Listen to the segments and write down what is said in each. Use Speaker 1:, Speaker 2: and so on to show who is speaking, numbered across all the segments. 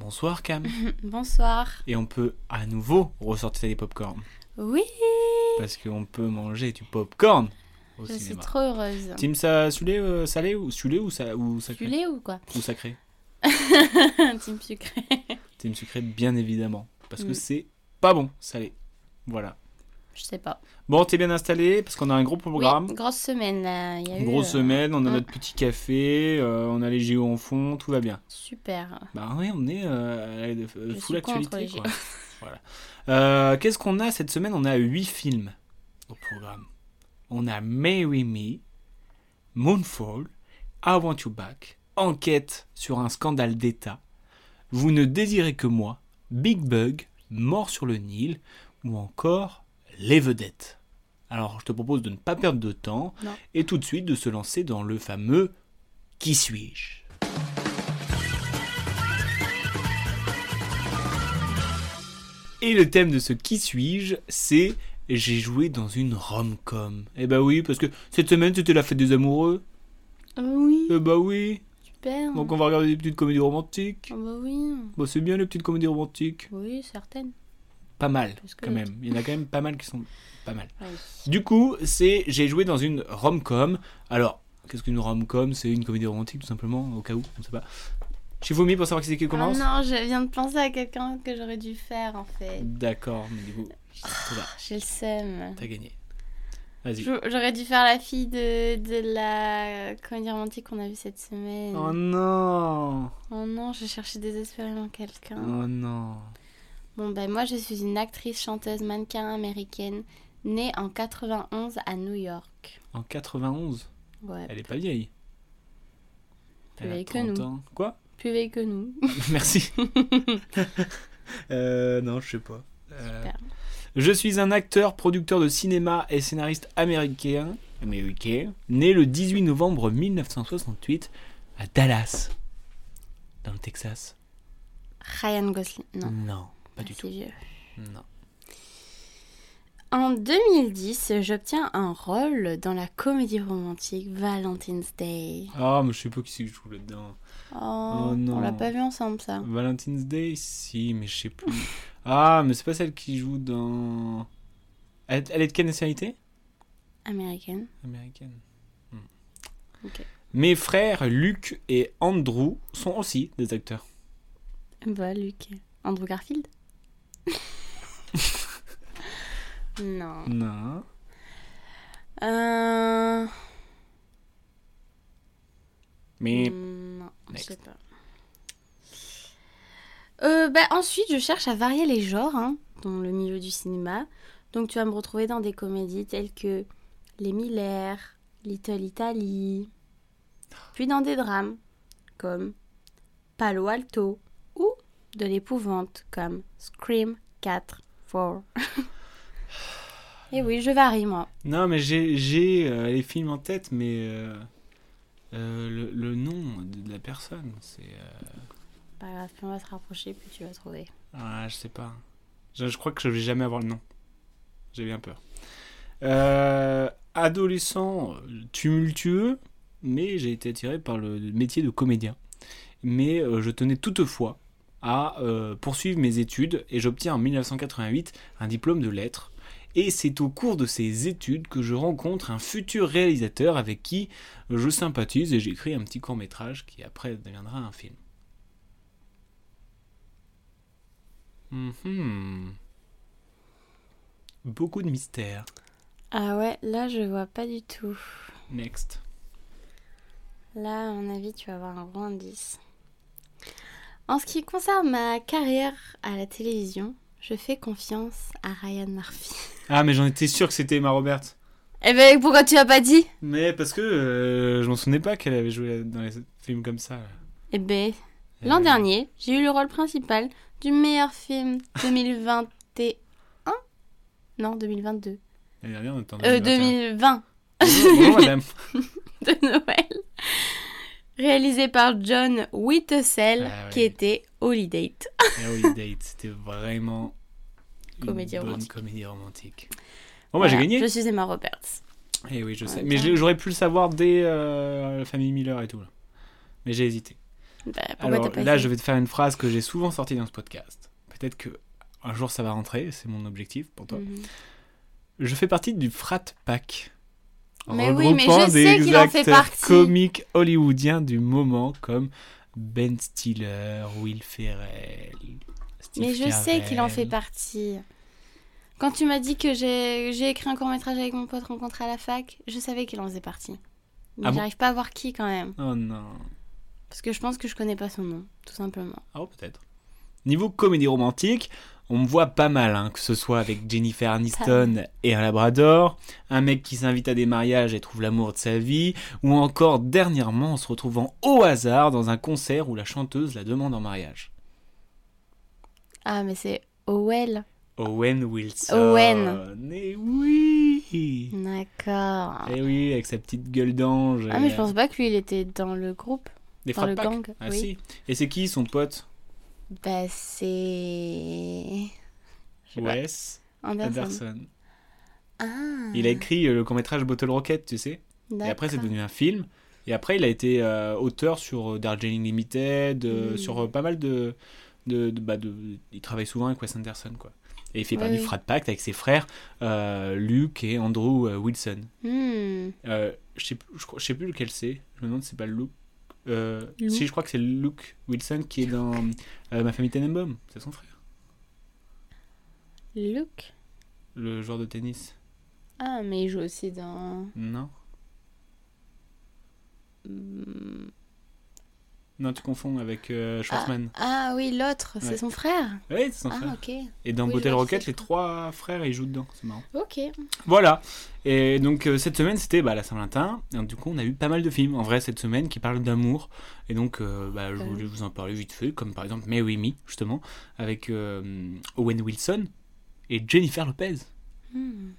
Speaker 1: Bonsoir Cam.
Speaker 2: Bonsoir.
Speaker 1: Et on peut à nouveau ressortir les popcorn.
Speaker 2: Oui.
Speaker 1: Parce qu'on peut manger du popcorn. Au
Speaker 2: je
Speaker 1: cinéma.
Speaker 2: suis trop heureuse.
Speaker 1: Team ça, sulé, euh, salé ou sulé ou, sa- ou sacré
Speaker 2: Culé ou quoi
Speaker 1: Ou sacré.
Speaker 2: Team sucré.
Speaker 1: Team sucré bien évidemment parce que
Speaker 2: Mm.
Speaker 1: c'est pas bon salé. Voilà.
Speaker 2: Je sais pas.
Speaker 1: Bon, t'es bien installé parce qu'on a un gros programme.
Speaker 2: Oui, grosse semaine là. Il y a
Speaker 1: Une
Speaker 2: eu,
Speaker 1: grosse
Speaker 2: euh,
Speaker 1: semaine, on a
Speaker 2: mm.
Speaker 1: notre petit café, euh, on a les JO en fond, tout va bien.
Speaker 2: Super.
Speaker 1: Bah ouais, on est euh, à la- de- euh,
Speaker 2: Je
Speaker 1: full
Speaker 2: suis contre
Speaker 1: actualité.
Speaker 2: les E.
Speaker 1: quoi. voilà. Euh, Qu'est-ce qu'on a cette semaine On a huit films au programme. On a Marry Me, Moonfall, I Want You Back, Enquête sur un scandale d'État, Vous ne désirez que moi, Big Bug, Mort sur le Nil, ou encore Les Vedettes. Alors je te propose de ne pas perdre de temps
Speaker 2: Non.
Speaker 1: et tout de suite de se lancer dans le fameux Qui suis-je Et le thème de ce qui suis-je, c'est j'ai joué dans une rom-com. Eh bah oui, parce que cette semaine c'était la fête des amoureux.
Speaker 2: Ah Oui,
Speaker 1: Eh bah oui.
Speaker 2: super.
Speaker 1: Donc on va regarder des petites comédies romantiques.
Speaker 2: Ah bah oui.
Speaker 1: Bah c'est bien les petites comédies romantiques.
Speaker 2: Oui, certaines.
Speaker 1: Pas mal,
Speaker 2: Parce que-
Speaker 1: quand même. Il y en a quand même pas mal qui sont pas mal.
Speaker 2: Oui.
Speaker 1: Du coup, c'est j'ai joué dans une rom-com. Alors, qu'est-ce qu'une rom-com C'est une comédie romantique tout simplement, au cas où, on sait pas. Shifumi pour savoir qui c'est qui
Speaker 2: Oh
Speaker 1: commence
Speaker 2: non, je viens de penser à quelqu'un que j'aurais dû faire en fait.
Speaker 1: Mmh. D'accord, mais du coup, c'est là,
Speaker 2: J'ai le seum.
Speaker 1: t'as gagné. Vas-y.
Speaker 2: J'ou- J'aurais dû faire la fille de, de la comédie romantique qu'on a vue cette semaine.
Speaker 1: Oh non
Speaker 2: Oh non, je cherchais désespérément quelqu'un.
Speaker 1: Oh non
Speaker 2: Bon, ben moi, je suis une actrice, chanteuse, mannequin américaine, née en 91 à New York.
Speaker 1: En 91
Speaker 2: Ouais,
Speaker 1: Elle est pas vieille.
Speaker 2: Plus vieille que nous.
Speaker 1: ans. Quoi
Speaker 2: plus vieille que nous.
Speaker 1: Merci. Euh, non, je sais pas. Euh,
Speaker 2: Super.
Speaker 1: je suis un acteur, producteur de cinéma et scénariste américain, américain, né le 18 novembre 1968 à Dallas, dans le Texas.
Speaker 2: Ryan Gosling, non.
Speaker 1: pas du
Speaker 2: c'est
Speaker 1: tout.
Speaker 2: vieux.
Speaker 1: Non.
Speaker 2: En 2010, j'obtiens un rôle dans la comédie romantique Valentine's Day.
Speaker 1: Ah, mais je sais pas qui c'est que je joue là-dedans.
Speaker 2: Oh,
Speaker 1: non.
Speaker 2: on l'a pas vu ensemble, ça.
Speaker 1: Valentine's Day, si, mais je sais plus. ah, mais c'est pas celle qui joue dans. Elle, elle est de quelle nationalité
Speaker 2: Américaine.
Speaker 1: Américaine. Hmm.
Speaker 2: Ok.
Speaker 1: Mes frères Luc et Andrew sont aussi des acteurs.
Speaker 2: Bah, Luc. Andrew Garfield Non.
Speaker 1: Non.
Speaker 2: Euh...
Speaker 1: Mais
Speaker 2: Mm, Non, je
Speaker 1: Next.
Speaker 2: sais pas. Euh, bah, ensuite, je cherche à varier les genres hein, dans le milieu du cinéma. Donc, tu vas me retrouver dans des comédies telles que Les Miller, Little Italy, puis dans des drames comme Palo Alto ou de l'épouvante comme Scream 4, 4. Et oui, je varie moi.
Speaker 1: non, mais j'ai j'ai, euh, les films en tête, mais euh, euh, le, le nom de, de la personne, c'est. euh,
Speaker 2: Pas grave, plus on va se rapprocher, plus tu vas trouver.
Speaker 1: Ah, je sais pas. Je, je crois que je vais jamais avoir le nom. J'ai bien peur. Euh, adolescent euh, tumultueux, mais j'ai été attiré par le métier de comédien. Mais euh, je tenais toutefois à euh, poursuivre mes études et j'obtiens en 1988 un diplôme de lettres. Et c'est au cours de ces études que je rencontre un futur réalisateur avec qui je sympathise et j'écris un petit court métrage qui après deviendra un film. Mhm. Beaucoup de mystères.
Speaker 2: Ah ouais, là, je vois pas du tout.
Speaker 1: Next.
Speaker 2: Là, à mon avis, tu vas avoir un gros indice. En ce qui concerne ma carrière à la télévision, je fais confiance à Ryan Murphy.
Speaker 1: Ah, mais j'en étais sûr que c'était Emma Roberts.
Speaker 2: Eh ben, pourquoi tu as pas dit
Speaker 1: Mais parce que euh, je m'en souvenais pas qu'elle avait joué dans les films comme ça. là.
Speaker 2: Eh ben, L'an dernier, j'ai eu le rôle principal du meilleur film 2021 Non, 2022.
Speaker 1: L'année dernière, on était en
Speaker 2: Euh,
Speaker 1: 2021.
Speaker 2: 2020
Speaker 1: Bonjour, bonjour, madame.
Speaker 2: de Noël. Réalisé par John Whitesell,
Speaker 1: Ah ouais.
Speaker 2: qui était Holiday.
Speaker 1: Eh oui, Date, c'était vraiment une
Speaker 2: Comédie
Speaker 1: bonne
Speaker 2: romantique.
Speaker 1: comédie romantique. Bon, bah j'ai
Speaker 2: Voilà,
Speaker 1: gagné.
Speaker 2: Je suis Emma Roberts.
Speaker 1: Eh oui, je sais.
Speaker 2: même
Speaker 1: Mais
Speaker 2: temps.
Speaker 1: je l'ai- j'aurais pu le savoir dès euh, la famille Miller et tout. là. Mais j'ai hésité.
Speaker 2: Bah, pourquoi
Speaker 1: Alors
Speaker 2: t'as pas
Speaker 1: là,
Speaker 2: essayé
Speaker 1: je vais te faire une phrase que j'ai souvent sortie dans ce podcast. Peut-être que un jour ça va rentrer, c'est mon objectif pour toi.
Speaker 2: Mhm.
Speaker 1: Je fais partie du Frat Pack.
Speaker 2: Mais oui, mais je
Speaker 1: regroupant
Speaker 2: sais qu'il en fait
Speaker 1: acteurs
Speaker 2: partie.
Speaker 1: comiques hollywoodiens du moment comme Ben Stiller, Will Ferrell. Steve
Speaker 2: Mais je sais qu'il en
Speaker 1: Carell.
Speaker 2: fait partie. Quand tu m'as dit que j'ai j'ai écrit un court-métrage avec mon pote rencontré à la fac, je savais qu'il en faisait partie. Mais
Speaker 1: Ah bon
Speaker 2: j'arrive pas à voir qui quand même.
Speaker 1: Oh non.
Speaker 2: Parce que je pense que je connais pas son nom, tout simplement.
Speaker 1: Ah, oh, peut-être. Niveau comédie romantique, on me voit pas mal, hein, que ce soit avec Jennifer Aniston et un Labrador, un mec qui s'invite à des mariages et trouve l'amour de sa vie, ou encore dernièrement en se retrouvant au hasard dans un concert où la chanteuse la demande en mariage.
Speaker 2: Ah, mais c'est Owell.
Speaker 1: Owen Wilson.
Speaker 2: Owen.
Speaker 1: Eh oui
Speaker 2: D'accord.
Speaker 1: Eh oui, avec sa petite gueule d'ange.
Speaker 2: Ah, mais je pense pas que lui, il était dans le groupe.
Speaker 1: Des
Speaker 2: dans le
Speaker 1: Frat Pack.
Speaker 2: gang,
Speaker 1: Ah
Speaker 2: oui.
Speaker 1: si. Et c'est qui son pote
Speaker 2: Bah, c'est. Je sais pas. Mm.
Speaker 1: Wes
Speaker 2: Anderson.
Speaker 1: Anderson.
Speaker 2: Ah,
Speaker 1: Il a écrit euh, le court-métrage Bottle Rocket, tu sais Et après, c'est
Speaker 2: d'accord.
Speaker 1: devenu un film. Et après, il a été euh, auteur sur euh, Darjeeling Limited, euh,
Speaker 2: Mm.
Speaker 1: sur euh, pas mal de. de, de- bah, de- il travaille souvent avec Wes Anderson, quoi. Et il fait
Speaker 2: Oui,
Speaker 1: partie
Speaker 2: oui.
Speaker 1: du Frat Pack avec ses frères euh, Luke et Andrew euh, Wilson.
Speaker 2: Hmm.
Speaker 1: Euh, je sais plus- je crois- je sais plus lequel c'est. Je me demande si c'est pas Luke. Euh,
Speaker 2: Luke.
Speaker 1: Si, je crois que c'est Luke Wilson qui est dans euh, Ma famille Tenenbaum. C'est son frère,
Speaker 2: Luke
Speaker 1: le joueur de tennis.
Speaker 2: Ah, mais il joue aussi dans.
Speaker 1: Non
Speaker 2: Hmm.
Speaker 1: Non, tu confonds avec euh, Schwarzman.
Speaker 2: Ah oui, l'autre, c'est
Speaker 1: Ouais.
Speaker 2: son frère.
Speaker 1: Oui, c'est son
Speaker 2: Ah,
Speaker 1: frère.
Speaker 2: ok.
Speaker 1: Et dans
Speaker 2: Oui, je
Speaker 1: Bottle
Speaker 2: vois qui
Speaker 1: Rocket,
Speaker 2: c'est,
Speaker 1: les
Speaker 2: je
Speaker 1: trois frères, ils jouent dedans. C'est marrant.
Speaker 2: Ok.
Speaker 1: Voilà. Et donc euh, cette semaine c'était bah, la Saint-Valentin. Et Du coup on a eu pas mal de films en vrai cette semaine qui parlent d'amour. Et donc euh, bah, je
Speaker 2: Ouais.
Speaker 1: voulais vous en parler vite fait, comme par exemple Mais oui Me justement avec euh, Owen Wilson et Jennifer Lopez.
Speaker 2: Hmm.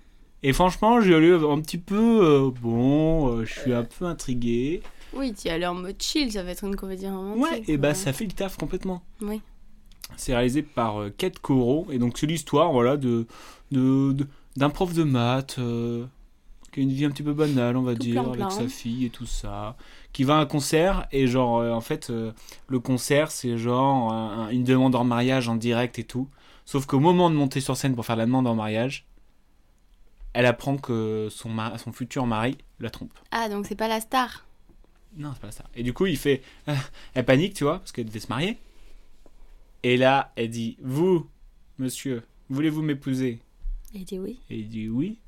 Speaker 1: Et franchement j'ai eu un petit peu euh, bon, euh, je suis un peu intrigué.
Speaker 2: Oui, tu allais en mode chill, ça va être une comédie romantique.
Speaker 1: Ouais. Et bah ça fait le taf complètement.
Speaker 2: euh, Oui.
Speaker 1: C'est réalisé par euh, Kate Coro et donc c'est l'histoire voilà de de- de- d'un prof de maths euh, qui a une vie un petit peu banale on va
Speaker 2: Tout
Speaker 1: dire
Speaker 2: plan-plan.
Speaker 1: avec sa fille et tout ça qui va à un concert et genre euh, en fait euh, le concert c'est genre un- un- une demande en mariage en direct et tout sauf qu'au moment de monter sur scène pour faire la demande en mariage elle apprend que son ma- son futur mari la trompe
Speaker 2: Ah, donc c'est pas la star.
Speaker 1: non, c'est pas ça. Et du coup, il fait. euh, elle panique, tu vois, parce qu'elle devait se marier. Et là, elle dit Vous, monsieur, voulez-vous m'épouser
Speaker 2: Il dit oui.
Speaker 1: Et il dit Oui.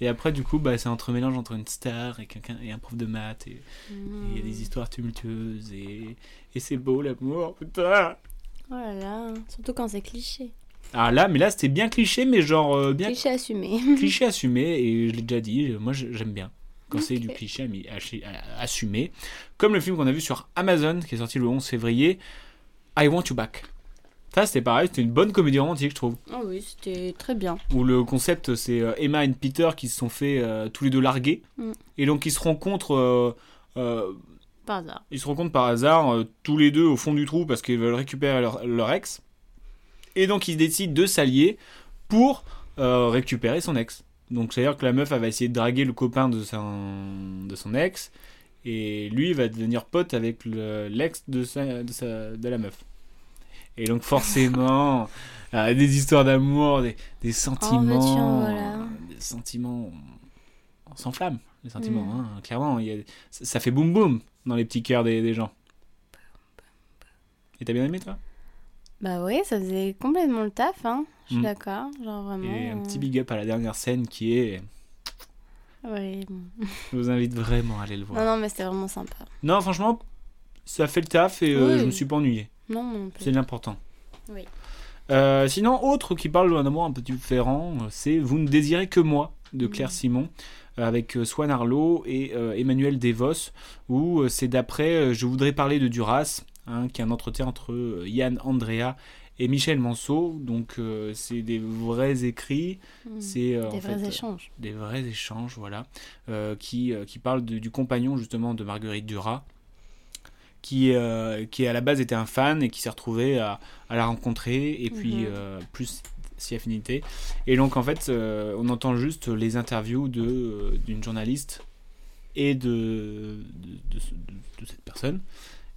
Speaker 1: et après, du coup, bah, c'est entre mélange entre une star et, quelqu'un et un prof de maths. Et et
Speaker 2: Hmm.
Speaker 1: il y a des histoires tumultueuses. Et, et c'est beau l'amour, putain
Speaker 2: Oh là là, surtout quand c'est cliché.
Speaker 1: Ah là, mais là, c'était bien cliché, mais genre euh, bien
Speaker 2: Cliché assumé.
Speaker 1: cliché assumé, et je l'ai déjà dit, moi je- j'aime bien. Quand c'est du
Speaker 2: Ok.
Speaker 1: cliché ami- achi- a- assumé. Comme le film qu'on a vu sur Amazon, qui est sorti le 11 février, I Want You Back. Ça, c'était pareil, c'était une bonne comédie romantique, je trouve.
Speaker 2: Oh oui, c'était très bien.
Speaker 1: Où le concept, c'est euh, Emma et Peter qui se sont fait euh, tous les deux larguer.
Speaker 2: Mm.
Speaker 1: Et donc, ils se rencontrent. euh, euh,
Speaker 2: Par hasard.
Speaker 1: ils se rencontrent par hasard, euh, tous les deux au fond du trou parce qu'ils veulent récupérer leur, leur ex. Et donc ils décident de s'allier pour euh, récupérer son ex. Donc c'est-à-dire que la meuf elle va essayer de draguer le copain de son, de son ex. Et lui il va devenir pote avec le- l'ex de, sa- de, sa- de la meuf. Et donc forcément, euh, des histoires d'amour, des, des sentiments.
Speaker 2: voilà.
Speaker 1: Des sentiments. On s'enflamme, les sentiments, hein, clairement. il y a- ça, ça fait boum boum dans les petits cœurs des, des gens. Et t'as bien aimé, toi
Speaker 2: Bah oui, ça faisait complètement le taf, hein. Je suis
Speaker 1: Mm.
Speaker 2: d'accord, genre vraiment.
Speaker 1: Et un petit
Speaker 2: euh,
Speaker 1: big up à la dernière scène qui est.
Speaker 2: ouais, bon.
Speaker 1: Je vous invite vraiment à aller le voir.
Speaker 2: Non,
Speaker 1: Non,
Speaker 2: non, mais c'était vraiment sympa.
Speaker 1: franchement, ça fait le taf et euh,
Speaker 2: Oui.
Speaker 1: je me suis pas ennuyé.
Speaker 2: Non, moi non plus.
Speaker 1: C'est l'important.
Speaker 2: Oui.
Speaker 1: Euh, sinon, autre qui parle d'un amour un peu différent, euh, c'est Vous ne désirez que moi de
Speaker 2: Mm.
Speaker 1: Claire Simon euh, avec euh, Swan Arlo et euh, Emmanuel Devos où euh, c'est d'après euh, Je voudrais parler de Duras hein, qui est un entretien entre euh, Yann Andrea et Michel Manceau. Donc euh, c'est des vrais écrits,
Speaker 2: Hmm.
Speaker 1: c'est euh, en
Speaker 2: Des vrais
Speaker 1: fait,
Speaker 2: échanges.
Speaker 1: des vrais échanges, voilà, euh, qui, euh, qui parlent de- du compagnon justement de Marguerite Duras, qui, euh, qui à la base était un fan et qui s'est retrouvé à, à la rencontrer, et puis
Speaker 2: Mhm.
Speaker 1: euh, plus si affinité. Et donc en fait, euh, on entend juste les interviews de, euh, d'une journaliste et de, de, de ce- de- de cette personne.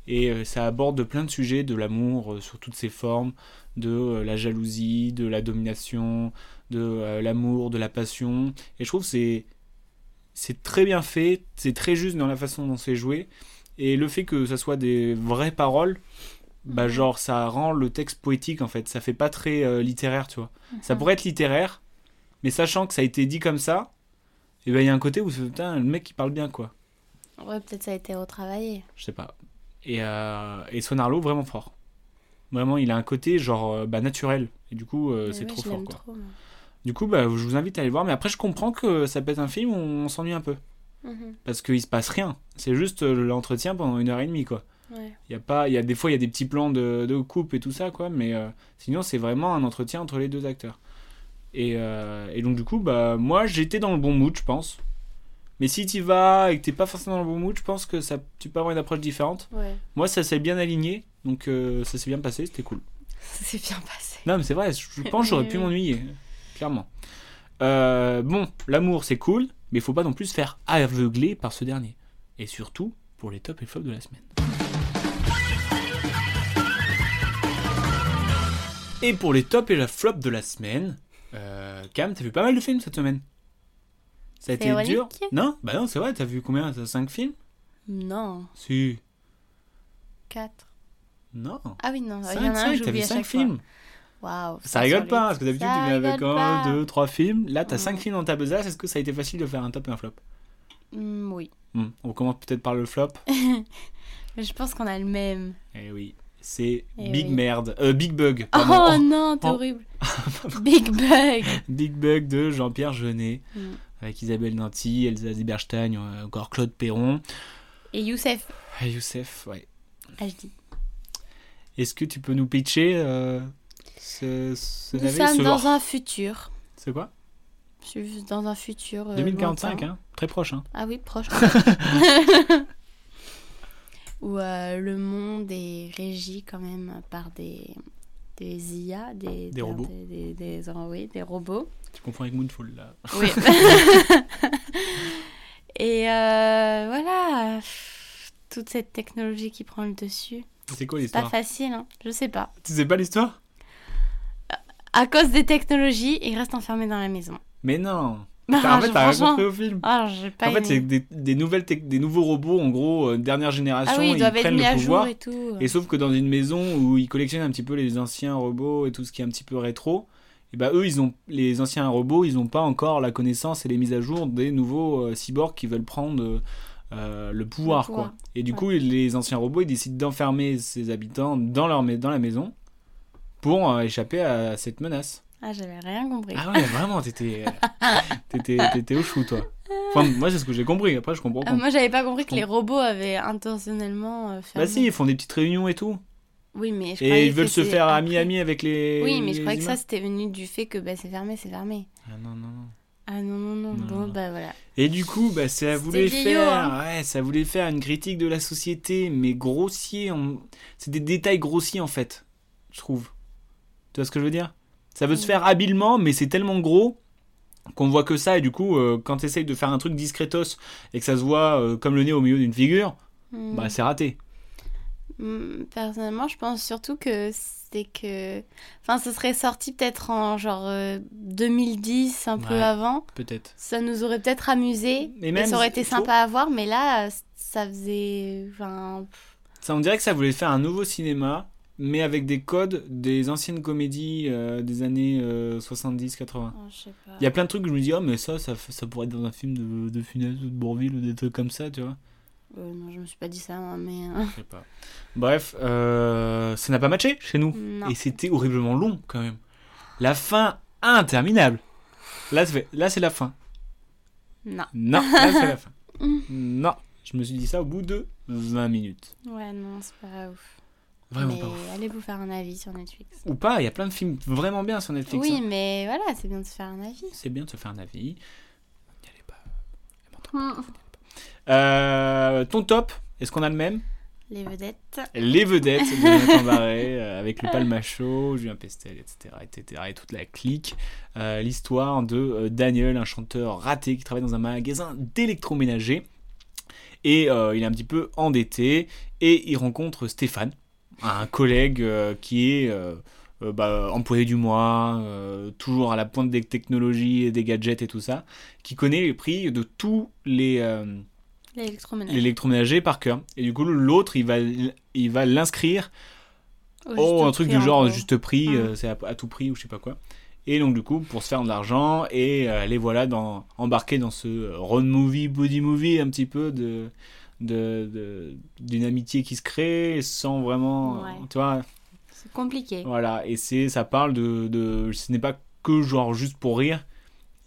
Speaker 1: Et euh, ça aborde plein de sujets, de l'amour euh, sous toutes ses formes, de euh, la jalousie, de la domination, de euh, l'amour, de la passion. Et je trouve que c'est c'est très bien fait, c'est très juste dans la façon dont c'est joué. Et le fait que ça soit des vraies paroles,
Speaker 2: Mhm.
Speaker 1: bah genre ça rend le texte poétique en fait. Ça fait pas très euh, littéraire, tu vois.
Speaker 2: Mhm.
Speaker 1: Ça pourrait être littéraire, mais sachant que ça a été dit comme ça, et ben il y a un côté où c'est, putain le mec il parle bien quoi.
Speaker 2: Ouais, peut-être ça a été retravaillé.
Speaker 1: Je sais pas. Et euh, et Sonarlo vraiment fort. Vraiment, il a un côté genre euh, bah, naturel. Et du coup, euh,
Speaker 2: Mais
Speaker 1: c'est
Speaker 2: ouais,
Speaker 1: trop
Speaker 2: je
Speaker 1: fort
Speaker 2: l'aime
Speaker 1: quoi.
Speaker 2: trop, moi.
Speaker 1: Du coup, bah, je vous invite à aller voir. Mais après, je comprends que ça peut être un film où on s'ennuie un peu.
Speaker 2: Mhm.
Speaker 1: parce qu'il se passe rien. C'est juste euh, l'entretien pendant une heure et demie, quoi.
Speaker 2: Ouais.
Speaker 1: Il y a pas, il y a des fois il y a des petits plans de, de coupe et tout ça, quoi. Mais euh, sinon c'est vraiment un entretien entre les deux acteurs. Et, euh, et donc du coup, bah moi j'étais dans le bon mood, je pense. Mais si tu vas et que t'es pas forcément dans le bon mood, je pense que ça, tu peux avoir une approche différente.
Speaker 2: Ouais.
Speaker 1: Moi ça s'est bien aligné, donc euh, ça s'est bien passé, c'était cool.
Speaker 2: Ça s'est bien passé.
Speaker 1: Non, mais c'est vrai, je pense que j'aurais pu
Speaker 2: Oui, oui.
Speaker 1: m'ennuyer, clairement. Euh, bon, l'amour, c'est cool, mais il faut pas non plus se faire aveugler par ce dernier. Et surtout, pour les tops et flops de la semaine. Et pour les tops et la flop de la semaine, euh, Cam, t'as vu pas mal de films cette semaine Ça a
Speaker 2: C'est
Speaker 1: été
Speaker 2: ironique.
Speaker 1: dur Non Bah non, c'est vrai, t'as vu combien 5 films
Speaker 2: Non,
Speaker 1: Si.
Speaker 2: 4.
Speaker 1: Non.
Speaker 2: Ah oui, non, il y en
Speaker 1: Cinq,
Speaker 2: a un que
Speaker 1: cinq, t'as
Speaker 2: j'oublie
Speaker 1: vu
Speaker 2: à
Speaker 1: 5
Speaker 2: chaque
Speaker 1: films
Speaker 2: fois. Waouh.
Speaker 1: Ça
Speaker 2: sur
Speaker 1: rigole
Speaker 2: les-
Speaker 1: pas, parce que d'habitude
Speaker 2: Ça
Speaker 1: tu viens avec
Speaker 2: rigole
Speaker 1: un,
Speaker 2: pas.
Speaker 1: deux, trois films. Là, t'as
Speaker 2: Mm.
Speaker 1: cinq films dans ta besace. Est-ce que ça a été facile de faire un top et un flop
Speaker 2: Hmm, oui.
Speaker 1: Hmm, On commence peut-être par le flop.
Speaker 2: Mais je pense qu'on a le même.
Speaker 1: Eh oui, c'est
Speaker 2: Eh
Speaker 1: Big
Speaker 2: oui.
Speaker 1: Merde. Euh, Big Bug.
Speaker 2: Oh,
Speaker 1: pardon. Oh,
Speaker 2: non, t'es
Speaker 1: Oh.
Speaker 2: horrible. Big Bug.
Speaker 1: Big Bug de Jean-Pierre Jeunet.
Speaker 2: Mm.
Speaker 1: Avec Isabelle Nanty, Elsa Ziberstein, euh, encore Claude Perron.
Speaker 2: Et Youssef.
Speaker 1: Ah, Youssef, ouais.
Speaker 2: Ah, je dis.
Speaker 1: Est-ce que tu peux nous pitcher euh, ce, ce
Speaker 2: Nous
Speaker 1: navet,
Speaker 2: sommes
Speaker 1: ce-
Speaker 2: dans un futur.
Speaker 1: C'est quoi
Speaker 2: Je suis dans un futur. euh,
Speaker 1: 2045,
Speaker 2: lointain.
Speaker 1: hein Très proche, hein
Speaker 2: Ah oui, proche. Où euh, le monde est régi quand même par des, des IA, des,
Speaker 1: Des robots.
Speaker 2: Des, des- des- euh, oui, des robots.
Speaker 1: Tu confonds avec Moonfall, là.
Speaker 2: Oui. Et euh, voilà, pff, toute cette technologie qui prend le dessus.
Speaker 1: C'est quoi
Speaker 2: C'est pas
Speaker 1: l'histoire
Speaker 2: facile, hein. je sais pas.
Speaker 1: Tu sais pas l'histoire
Speaker 2: À cause des technologies, il reste enfermé dans la maison.
Speaker 1: Mais non
Speaker 2: Bah,
Speaker 1: En fait,
Speaker 2: je-
Speaker 1: t'as
Speaker 2: franchement,
Speaker 1: raconté au film
Speaker 2: ah, j'ai pas
Speaker 1: En fait,
Speaker 2: aimé.
Speaker 1: c'est des, des nouvelles tech- des nouveaux robots, en gros, euh, dernière génération,
Speaker 2: Ah oui, ils
Speaker 1: ils,
Speaker 2: doivent être
Speaker 1: prennent
Speaker 2: mis
Speaker 1: le
Speaker 2: à
Speaker 1: pouvoir.
Speaker 2: jour et tout.
Speaker 1: Et sauf que dans une maison où ils collectionnent un petit peu les anciens robots et tout ce qui est un petit peu rétro, et bah eux, ils ont les anciens robots, ils n'ont pas encore la connaissance et les mises à jour des nouveaux euh, cyborgs qui veulent prendre euh, euh, le pouvoir,
Speaker 2: pouvoir,
Speaker 1: quoi. Et du coup, les anciens robots, ils décident d'enfermer ces habitants dans leur ma- dans la maison pour euh, échapper à cette menace.
Speaker 2: Ah, j'avais rien compris.
Speaker 1: Ah ouais, vraiment, t'étais euh, t'étais t'étais au chou, toi. Enfin, moi, c'est ce que j'ai compris. Après, je comprends.
Speaker 2: Ah,
Speaker 1: qu'on-
Speaker 2: moi, j'avais pas compris que
Speaker 1: Com-
Speaker 2: les robots avaient intentionnellement euh,
Speaker 1: Bah
Speaker 2: fermé.
Speaker 1: si, ils font des petites réunions et tout.
Speaker 2: Oui, mais je
Speaker 1: Et
Speaker 2: croyais
Speaker 1: ils veulent
Speaker 2: que
Speaker 1: se
Speaker 2: c'est
Speaker 1: faire
Speaker 2: après.
Speaker 1: ami-ami avec les.
Speaker 2: Oui, mais je
Speaker 1: les
Speaker 2: croyais que
Speaker 1: humains.
Speaker 2: ça, c'était venu du fait que bah, c'est fermé, c'est fermé.
Speaker 1: Ah non, non, non.
Speaker 2: Ah non, non, non.
Speaker 1: Non,
Speaker 2: bon,
Speaker 1: non.
Speaker 2: bah voilà.
Speaker 1: Et du coup, bah, ça
Speaker 2: C'était
Speaker 1: voulait
Speaker 2: vieillot,
Speaker 1: faire,
Speaker 2: hein.
Speaker 1: ouais, ça voulait faire une critique de la société, mais grossier. en- C'est des détails grossiers en fait, je trouve. Tu vois ce que je veux dire Ça
Speaker 2: Mm.
Speaker 1: veut se faire habilement, mais c'est tellement gros qu'on voit que ça. Et du coup, euh, quand tu essayes de faire un truc discretos et que ça se voit euh, comme le nez au milieu d'une figure,
Speaker 2: Hmm.
Speaker 1: bah c'est raté.
Speaker 2: Hmm, Personnellement, je pense surtout que c'est que. Enfin, ce serait sorti peut-être en genre euh, 2010, un peu
Speaker 1: Ouais.
Speaker 2: avant.
Speaker 1: Peut-être.
Speaker 2: Ça nous aurait peut-être amusé.
Speaker 1: Mais
Speaker 2: et
Speaker 1: même,
Speaker 2: ça aurait été
Speaker 1: faut-
Speaker 2: sympa à voir, mais là, ça faisait. Enfin,
Speaker 1: Ça, on dirait que ça voulait faire un nouveau cinéma, mais avec des codes des anciennes comédies euh, des années 70-80.
Speaker 2: je sais pas.
Speaker 1: Il y a plein de trucs que je me dis, oh, mais ça, ça, f- ça pourrait être dans un film de, de Funès ou de Bourville ou des trucs comme ça, tu vois.
Speaker 2: Euh, non, je me suis pas dit ça, moi, mais. euh,
Speaker 1: Je sais pas. Bref, euh, ça n'a pas matché chez nous.
Speaker 2: Non.
Speaker 1: Et c'était horriblement long quand même. La fin interminable. Là, ça fait- là c'est la fin.
Speaker 2: Non.
Speaker 1: Non, là, c'est la fin. Non. Je me suis dit ça au bout de 20 minutes.
Speaker 2: Ouais, non, c'est pas ouf.
Speaker 1: Vraiment
Speaker 2: mais
Speaker 1: pas ouf.
Speaker 2: allez vous faire un avis sur Netflix.
Speaker 1: Ou pas, il y a plein de films vraiment bien sur Netflix.
Speaker 2: Oui,
Speaker 1: hein.
Speaker 2: mais voilà, c'est bien de se faire un avis.
Speaker 1: C'est bien de se faire un avis. N'y allez pas. Elle m'entend.
Speaker 2: Hmm.
Speaker 1: Euh, ton top, est-ce qu'on a le même
Speaker 2: Les vedettes.
Speaker 1: Les vedettes de Jonathan Barré, euh, avec le Palmachot, Julien Pestel, etc., etc., et toute la clique. Euh, L'histoire de euh, Daniel, un chanteur raté qui travaille dans un magasin d'électroménager. Et euh, il est un petit peu endetté, et il rencontre Stéphane, un collègue euh, qui est euh, euh, bah, employé du mois, euh, toujours à la pointe des technologies et des gadgets et tout ça, qui connaît les prix de tous les... euh,
Speaker 2: L'électroménager.
Speaker 1: l'électroménager par cœur. Et du coup, l'autre, il va, il va l'inscrire
Speaker 2: Oh,
Speaker 1: au Oh, un truc du genre juste prix,
Speaker 2: Mhm.
Speaker 1: euh, c'est à, à tout prix ou je sais pas quoi. Et donc, du coup, pour se faire de l'argent, et euh, les voilà dans, embarqués dans ce euh, road movie, body movie, un petit peu de de- de- d'une amitié qui se crée sans vraiment euh,
Speaker 2: Ouais.
Speaker 1: tu vois
Speaker 2: C'est compliqué.
Speaker 1: voilà et c'est ça parle de, de ce n'est pas que genre juste pour rire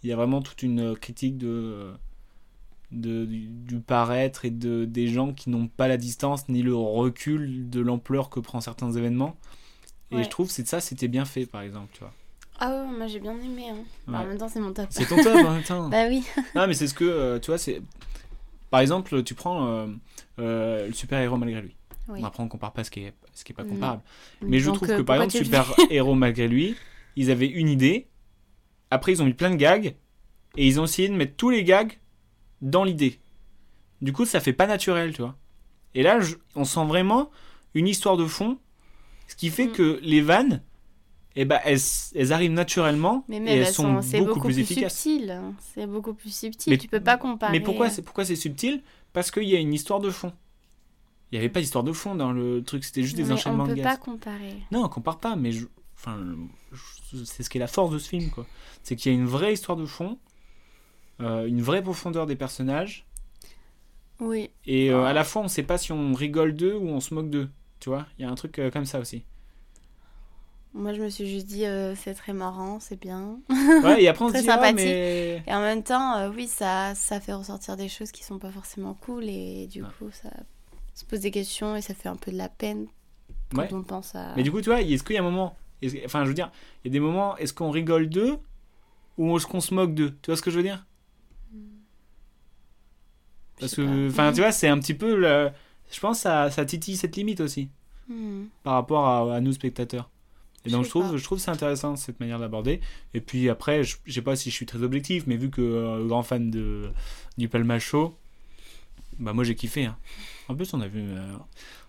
Speaker 1: il y a vraiment toute une euh, critique de, de du, du paraître et de des gens qui n'ont pas la distance ni le recul de l'ampleur que prend certains événements et
Speaker 2: Ouais.
Speaker 1: je trouve c'est ça c'était bien fait par exemple tu vois
Speaker 2: Ah ouais, moi j'ai bien aimé. hein. Bah, En
Speaker 1: Ouais.
Speaker 2: même temps, c'est mon top.
Speaker 1: c'est ton top en même temps
Speaker 2: Bah oui.
Speaker 1: non mais c'est ce que euh, tu vois c'est par exemple tu prends euh, euh, le super héros malgré lui
Speaker 2: Oui.
Speaker 1: on apprend qu'on compare pas ce qui est ce qui est pas
Speaker 2: Mm.
Speaker 1: comparable mais je
Speaker 2: Donc,
Speaker 1: trouve
Speaker 2: euh,
Speaker 1: que par
Speaker 2: pourquoi
Speaker 1: exemple,
Speaker 2: tu le
Speaker 1: Super Héros, malgré lui, ils avaient une idée. Après, ils ont mis plein de gags. Et ils ont essayé de mettre tous les gags dans l'idée. Du coup, ça fait pas naturel, tu vois. Et là, je- on sent vraiment une histoire de fond. Ce qui fait
Speaker 2: Mm.
Speaker 1: que les vannes, eh ben, elles, s- elles arrivent naturellement.
Speaker 2: Mais
Speaker 1: et
Speaker 2: même,
Speaker 1: elles,
Speaker 2: elles
Speaker 1: sont,
Speaker 2: c'est
Speaker 1: beaucoup, plus, efficaces.
Speaker 2: subtil. hein. C'est beaucoup plus subtil.
Speaker 1: Mais-
Speaker 2: tu peux pas comparer.
Speaker 1: Mais pourquoi c'est pourquoi c'est subtil Parce qu'il y a une histoire de fond. Il n'y avait pas d'histoire de fond dans le truc, c'était juste des
Speaker 2: Mais
Speaker 1: enchaînements
Speaker 2: On
Speaker 1: de
Speaker 2: peut
Speaker 1: gags.
Speaker 2: pas comparer.
Speaker 1: Non, on compare pas, mais je... enfin, je- c'est ce qui est la force de ce film, quoi. C'est qu'il y a une vraie histoire de fond, euh, une vraie profondeur des personnages,
Speaker 2: Oui.
Speaker 1: et
Speaker 2: Ah.
Speaker 1: euh, à la fois on sait pas si on rigole d'eux ou on se moque d'eux. Tu vois, il y a un truc euh, comme ça aussi.
Speaker 2: Moi, je me suis juste dit, euh, c'est très marrant, c'est bien.
Speaker 1: Ouais, et après on se
Speaker 2: Très
Speaker 1: dit, ah,
Speaker 2: sympathique.
Speaker 1: mais.
Speaker 2: Et en même temps, euh, oui, ça, ça fait ressortir des choses qui sont pas forcément cool. Et du
Speaker 1: Ouais.
Speaker 2: coup, ça se pose des questions et ça fait un peu de la peine quand
Speaker 1: Ouais.
Speaker 2: on pense à.
Speaker 1: Mais du coup, tu vois, est-ce qu'il y a un moment. est-ce- Enfin, je veux dire, il y a des moments, est-ce qu'on rigole d'eux ou est-ce qu'on se moque d'eux Tu vois ce que je veux dire
Speaker 2: Je
Speaker 1: Parce
Speaker 2: sais pas.
Speaker 1: que. Enfin, tu vois, c'est un petit peu. le- Je pense que ça, ça titille cette limite aussi.
Speaker 2: Mhm.
Speaker 1: par rapport à, à nous spectateurs. Et
Speaker 2: Je
Speaker 1: donc je
Speaker 2: sais
Speaker 1: trouve,
Speaker 2: pas.
Speaker 1: je trouve c'est intéressant cette manière d'aborder. Et puis après, je je sais pas si je suis très objectif, mais vu que euh, grand fan de du Palma Show, bah moi j'ai kiffé. hein. En plus on a vu, euh,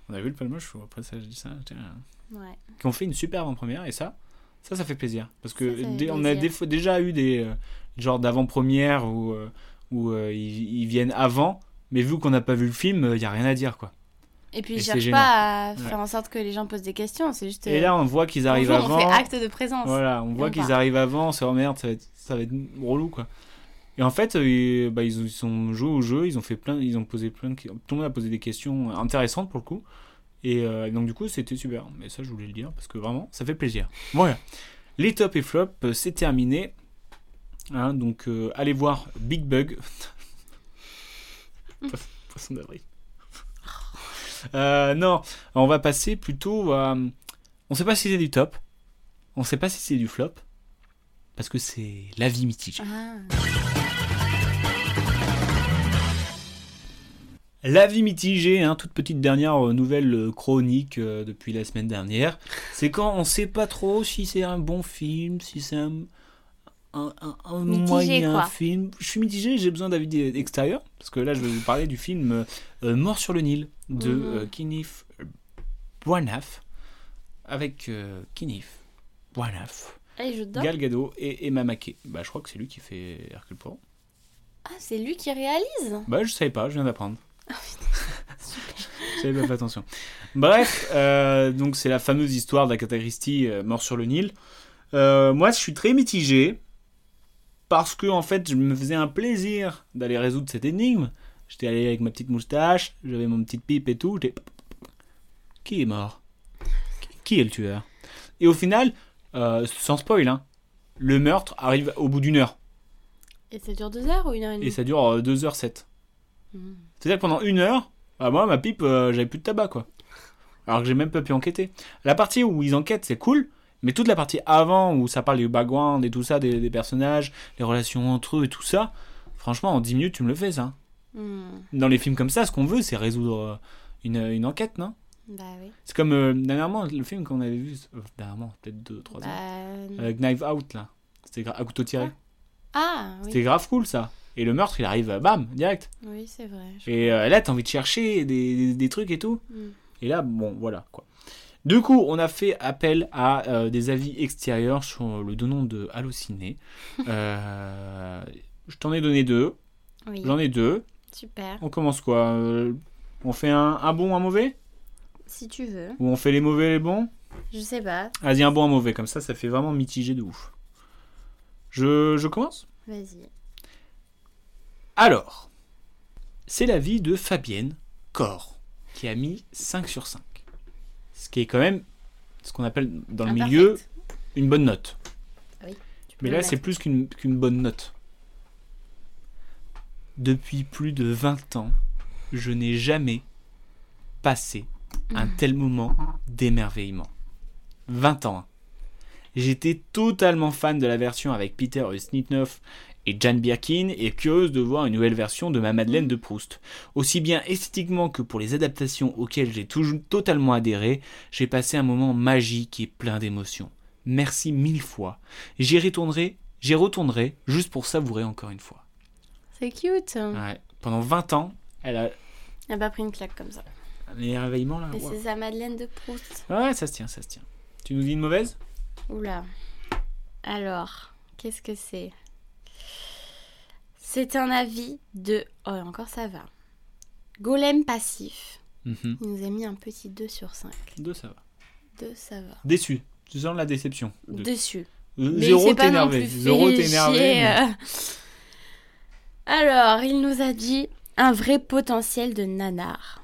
Speaker 1: on a vu le Palma Show. Après ça, je dis ça, tiens,
Speaker 2: Ouais.
Speaker 1: qui ont fait une superbe en première et ça, ça ça fait plaisir parce que
Speaker 2: Ça, ça fait
Speaker 1: dé- on a
Speaker 2: plaisir.
Speaker 1: des fois- déjà eu des euh, genres d'avant-première où euh, où euh, ils, ils viennent avant, mais vu qu'on n'a pas vu le film, il y a rien à dire quoi.
Speaker 2: Et puis,
Speaker 1: Et
Speaker 2: je
Speaker 1: c'est
Speaker 2: cherche
Speaker 1: gênant.
Speaker 2: pas à
Speaker 1: Ouais.
Speaker 2: faire en sorte que les gens posent des questions. C'est juste.
Speaker 1: Et
Speaker 2: euh,
Speaker 1: là on voit qu'ils arrivent
Speaker 2: bonjour,
Speaker 1: avant.
Speaker 2: On fait acte de présence.
Speaker 1: Voilà, on voit
Speaker 2: on
Speaker 1: qu'ils
Speaker 2: part.
Speaker 1: arrivent avant, on se dit, Oh merde, ça va être, ça va être relou quoi. Et en fait, euh, bah, ils, ont- ils sont joués au jeu, ils ont fait plein, ils ont posé plein de questions. Tout le monde a posé des questions intéressantes pour le coup. Et euh, donc du coup, c'était super. Mais ça, je voulais le dire parce que vraiment, ça fait plaisir. Voilà. Les tops et flops, euh, c'est terminé. Hein, donc euh, allez voir Big Bug. Poisson- Poisson d'avril. Euh, non, on va passer plutôt à. On sait pas si c'est du top. On sait pas si c'est du flop. Parce que c'est la vie mitigée.
Speaker 2: Ah.
Speaker 1: La vie mitigée, hein, toute petite dernière euh, nouvelle euh, chronique euh, depuis la semaine dernière. C'est quand on sait pas trop si c'est un bon film, si c'est un, un- un- un
Speaker 2: Mitigé,
Speaker 1: moyen
Speaker 2: quoi.
Speaker 1: film. Je suis mitigé, j'ai besoin d'avis d'e- extérieur. Parce que là, je vais vous parler du film euh, euh, Mort sur le Nil de
Speaker 2: Mhm.
Speaker 1: euh, Kenneth Branagh. Avec euh, Kenneth Branagh.
Speaker 2: Et je dors.
Speaker 1: Gal Gadot et Emma Mackey. Bah, je crois que c'est lui qui fait Hercule Poirot.
Speaker 2: Ah, c'est lui qui réalise
Speaker 1: Bah, je savais pas, je viens d'apprendre. J'avais pas fait attention. Bref, euh, donc c'est la fameuse histoire d'Agatha Christie euh, mort sur le Nil. Euh, moi, je suis très mitigé parce que en fait, je me faisais un plaisir d'aller résoudre cette énigme. J'étais allé avec ma petite moustache, j'avais mon petite pipe et tout. j'étais- Qui est mort Qui est le tueur Et au final, euh, sans spoil, hein, le meurtre arrive au bout d'une heure
Speaker 2: Et ça dure deux heures ou une heure et
Speaker 1: et
Speaker 2: demie
Speaker 1: ça dure euh, 2h07.
Speaker 2: Mm.
Speaker 1: ah, C'est-à-dire que pendant une heure, bah, moi, ma pipe, euh, j'avais plus de tabac, quoi. alors que j'ai même pas pu enquêter. La partie où ils enquêtent, c'est cool, mais toute la partie avant où ça parle du background et tout ça, des, des personnages, les relations entre eux et tout ça, franchement, en 10 minutes, tu me le fais ça.
Speaker 2: Hmm,
Speaker 1: Dans les films comme ça, ce qu'on veut, c'est résoudre euh, une, une enquête, non
Speaker 2: bah oui.
Speaker 1: C'est comme euh, dernièrement, le film qu'on avait vu, euh, dernièrement, peut-être 2-3 ans,
Speaker 2: Bah,
Speaker 1: avec Knife Out là, c'était gra- à couteau tiré.
Speaker 2: Ah oui,
Speaker 1: C'était grave cool ça. Et le meurtre, il arrive, euh, bam, direct.
Speaker 2: oui c'est vrai. je-
Speaker 1: Et euh, là, t'as envie de chercher des, des- des trucs et tout.
Speaker 2: Mm.
Speaker 1: Et là, bon, voilà quoi. Du coup, on a fait appel à euh, des avis extérieurs sur le nom de Allociné. Euh, je t'en ai donné deux.
Speaker 2: Oui,
Speaker 1: J'en ai deux.
Speaker 2: super.
Speaker 1: On commence quoi Euh, On fait un, un bon, un mauvais
Speaker 2: Si tu veux.
Speaker 1: Ou on fait les mauvais, les bons
Speaker 2: Je sais pas.
Speaker 1: Vas-y, un bon, un mauvais. Comme ça, ça fait vraiment mitigé de ouf. Je, je commence
Speaker 2: Vas-y.
Speaker 1: Alors, c'est l'avis de Fabienne Cor, qui a mis 5 sur 5. Ce qui est quand même ce qu'on appelle dans le
Speaker 2: Imperfect.
Speaker 1: milieu une bonne note.
Speaker 2: Ah, Tu
Speaker 1: Mais
Speaker 2: peux
Speaker 1: là,
Speaker 2: le
Speaker 1: c'est
Speaker 2: mettre.
Speaker 1: plus qu'une qu'une bonne note. Depuis plus de 20 ans, je n'ai jamais passé un tel moment d'émerveillement. 20 ans. hein. J'étais totalement fan de la version avec Peter Snitnoff et Jan Birkin et curieuse de voir une nouvelle version de ma Madeleine de Proust. Aussi bien esthétiquement que pour les adaptations auxquelles j'ai toujours totalement adhéré, j'ai passé un moment magique et plein d'émotions. Merci mille fois. J'y retournerai, j'y retournerai juste pour savourer encore une fois.
Speaker 2: C'est cute.
Speaker 1: Ouais. Pendant 20 ans, elle a
Speaker 2: Elle a pas pris une claque comme ça.
Speaker 1: un émerveillement là.
Speaker 2: Et
Speaker 1: waouh.
Speaker 2: c'est sa Madeleine de Proust.
Speaker 1: Ouais, ça se tient, ça se tient. Tu nous dis une mauvaise
Speaker 2: Oula. Alors, qu'est-ce que c'est C'est un avis de... Oh, encore ça va. Golem passif.
Speaker 1: Mhm.
Speaker 2: Il nous a mis un petit 2 sur 5.
Speaker 1: Deux, ça va.
Speaker 2: 2, ça va.
Speaker 1: Déçu. Tu sens la déception. Deux.
Speaker 2: Dessus.
Speaker 1: Euh,
Speaker 2: Mais il
Speaker 1: Zéro,
Speaker 2: s'est
Speaker 1: t'es
Speaker 2: pas non
Speaker 1: énervé.
Speaker 2: plus
Speaker 1: Zéro,
Speaker 2: fait
Speaker 1: t'es énervé,
Speaker 2: chier,
Speaker 1: mais-
Speaker 2: euh. Alors, il nous a dit un vrai potentiel de nanar.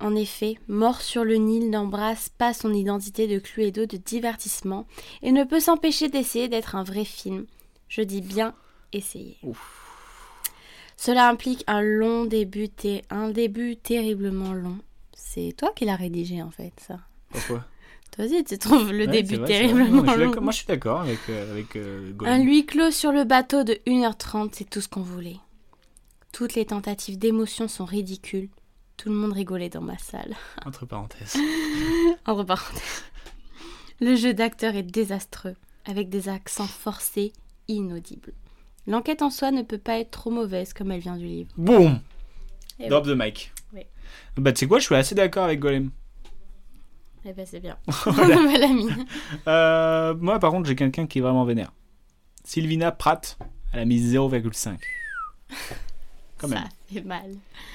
Speaker 2: En effet, Mort sur le Nil n'embrasse pas son identité de Cluedo de divertissement et ne peut s'empêcher d'essayer d'être un vrai film. Je dis bien essayer. Cela implique un long début, ter- un début terriblement long. C'est toi qui l'as rédigé en fait, ça.
Speaker 1: Pourquoi
Speaker 2: Toi aussi, tu trouves le
Speaker 1: Ouais, c'est vrai, c'est
Speaker 2: début
Speaker 1: vrai. Non,
Speaker 2: terriblement
Speaker 1: mais je suis
Speaker 2: long.
Speaker 1: d'accord- Moi, je suis d'accord avec, euh, avec euh, Golem.
Speaker 2: Un huis clos sur le bateau de 1h30, c'est tout ce qu'on voulait. Toutes les tentatives d'émotion sont ridicules. Tout le monde rigolait dans ma salle.
Speaker 1: Entre parenthèses.
Speaker 2: Entre parenthèses. Le jeu d'acteur est désastreux, avec des accents forcés, inaudibles. L'enquête en soi ne peut pas être trop mauvaise comme elle vient du livre.
Speaker 1: Boum
Speaker 2: Eh
Speaker 1: Drop the mic.
Speaker 2: Oui.
Speaker 1: Bah, tu sais quoi, je suis assez d'accord avec Golem.
Speaker 2: Eh ben c'est bien.
Speaker 1: Oh
Speaker 2: On va la mine.
Speaker 1: Euh, moi, par contre, j'ai quelqu'un qui est vraiment vénère. Sylvina Pratt, elle a mis 0,5. Quand même.
Speaker 2: Ça fait mal.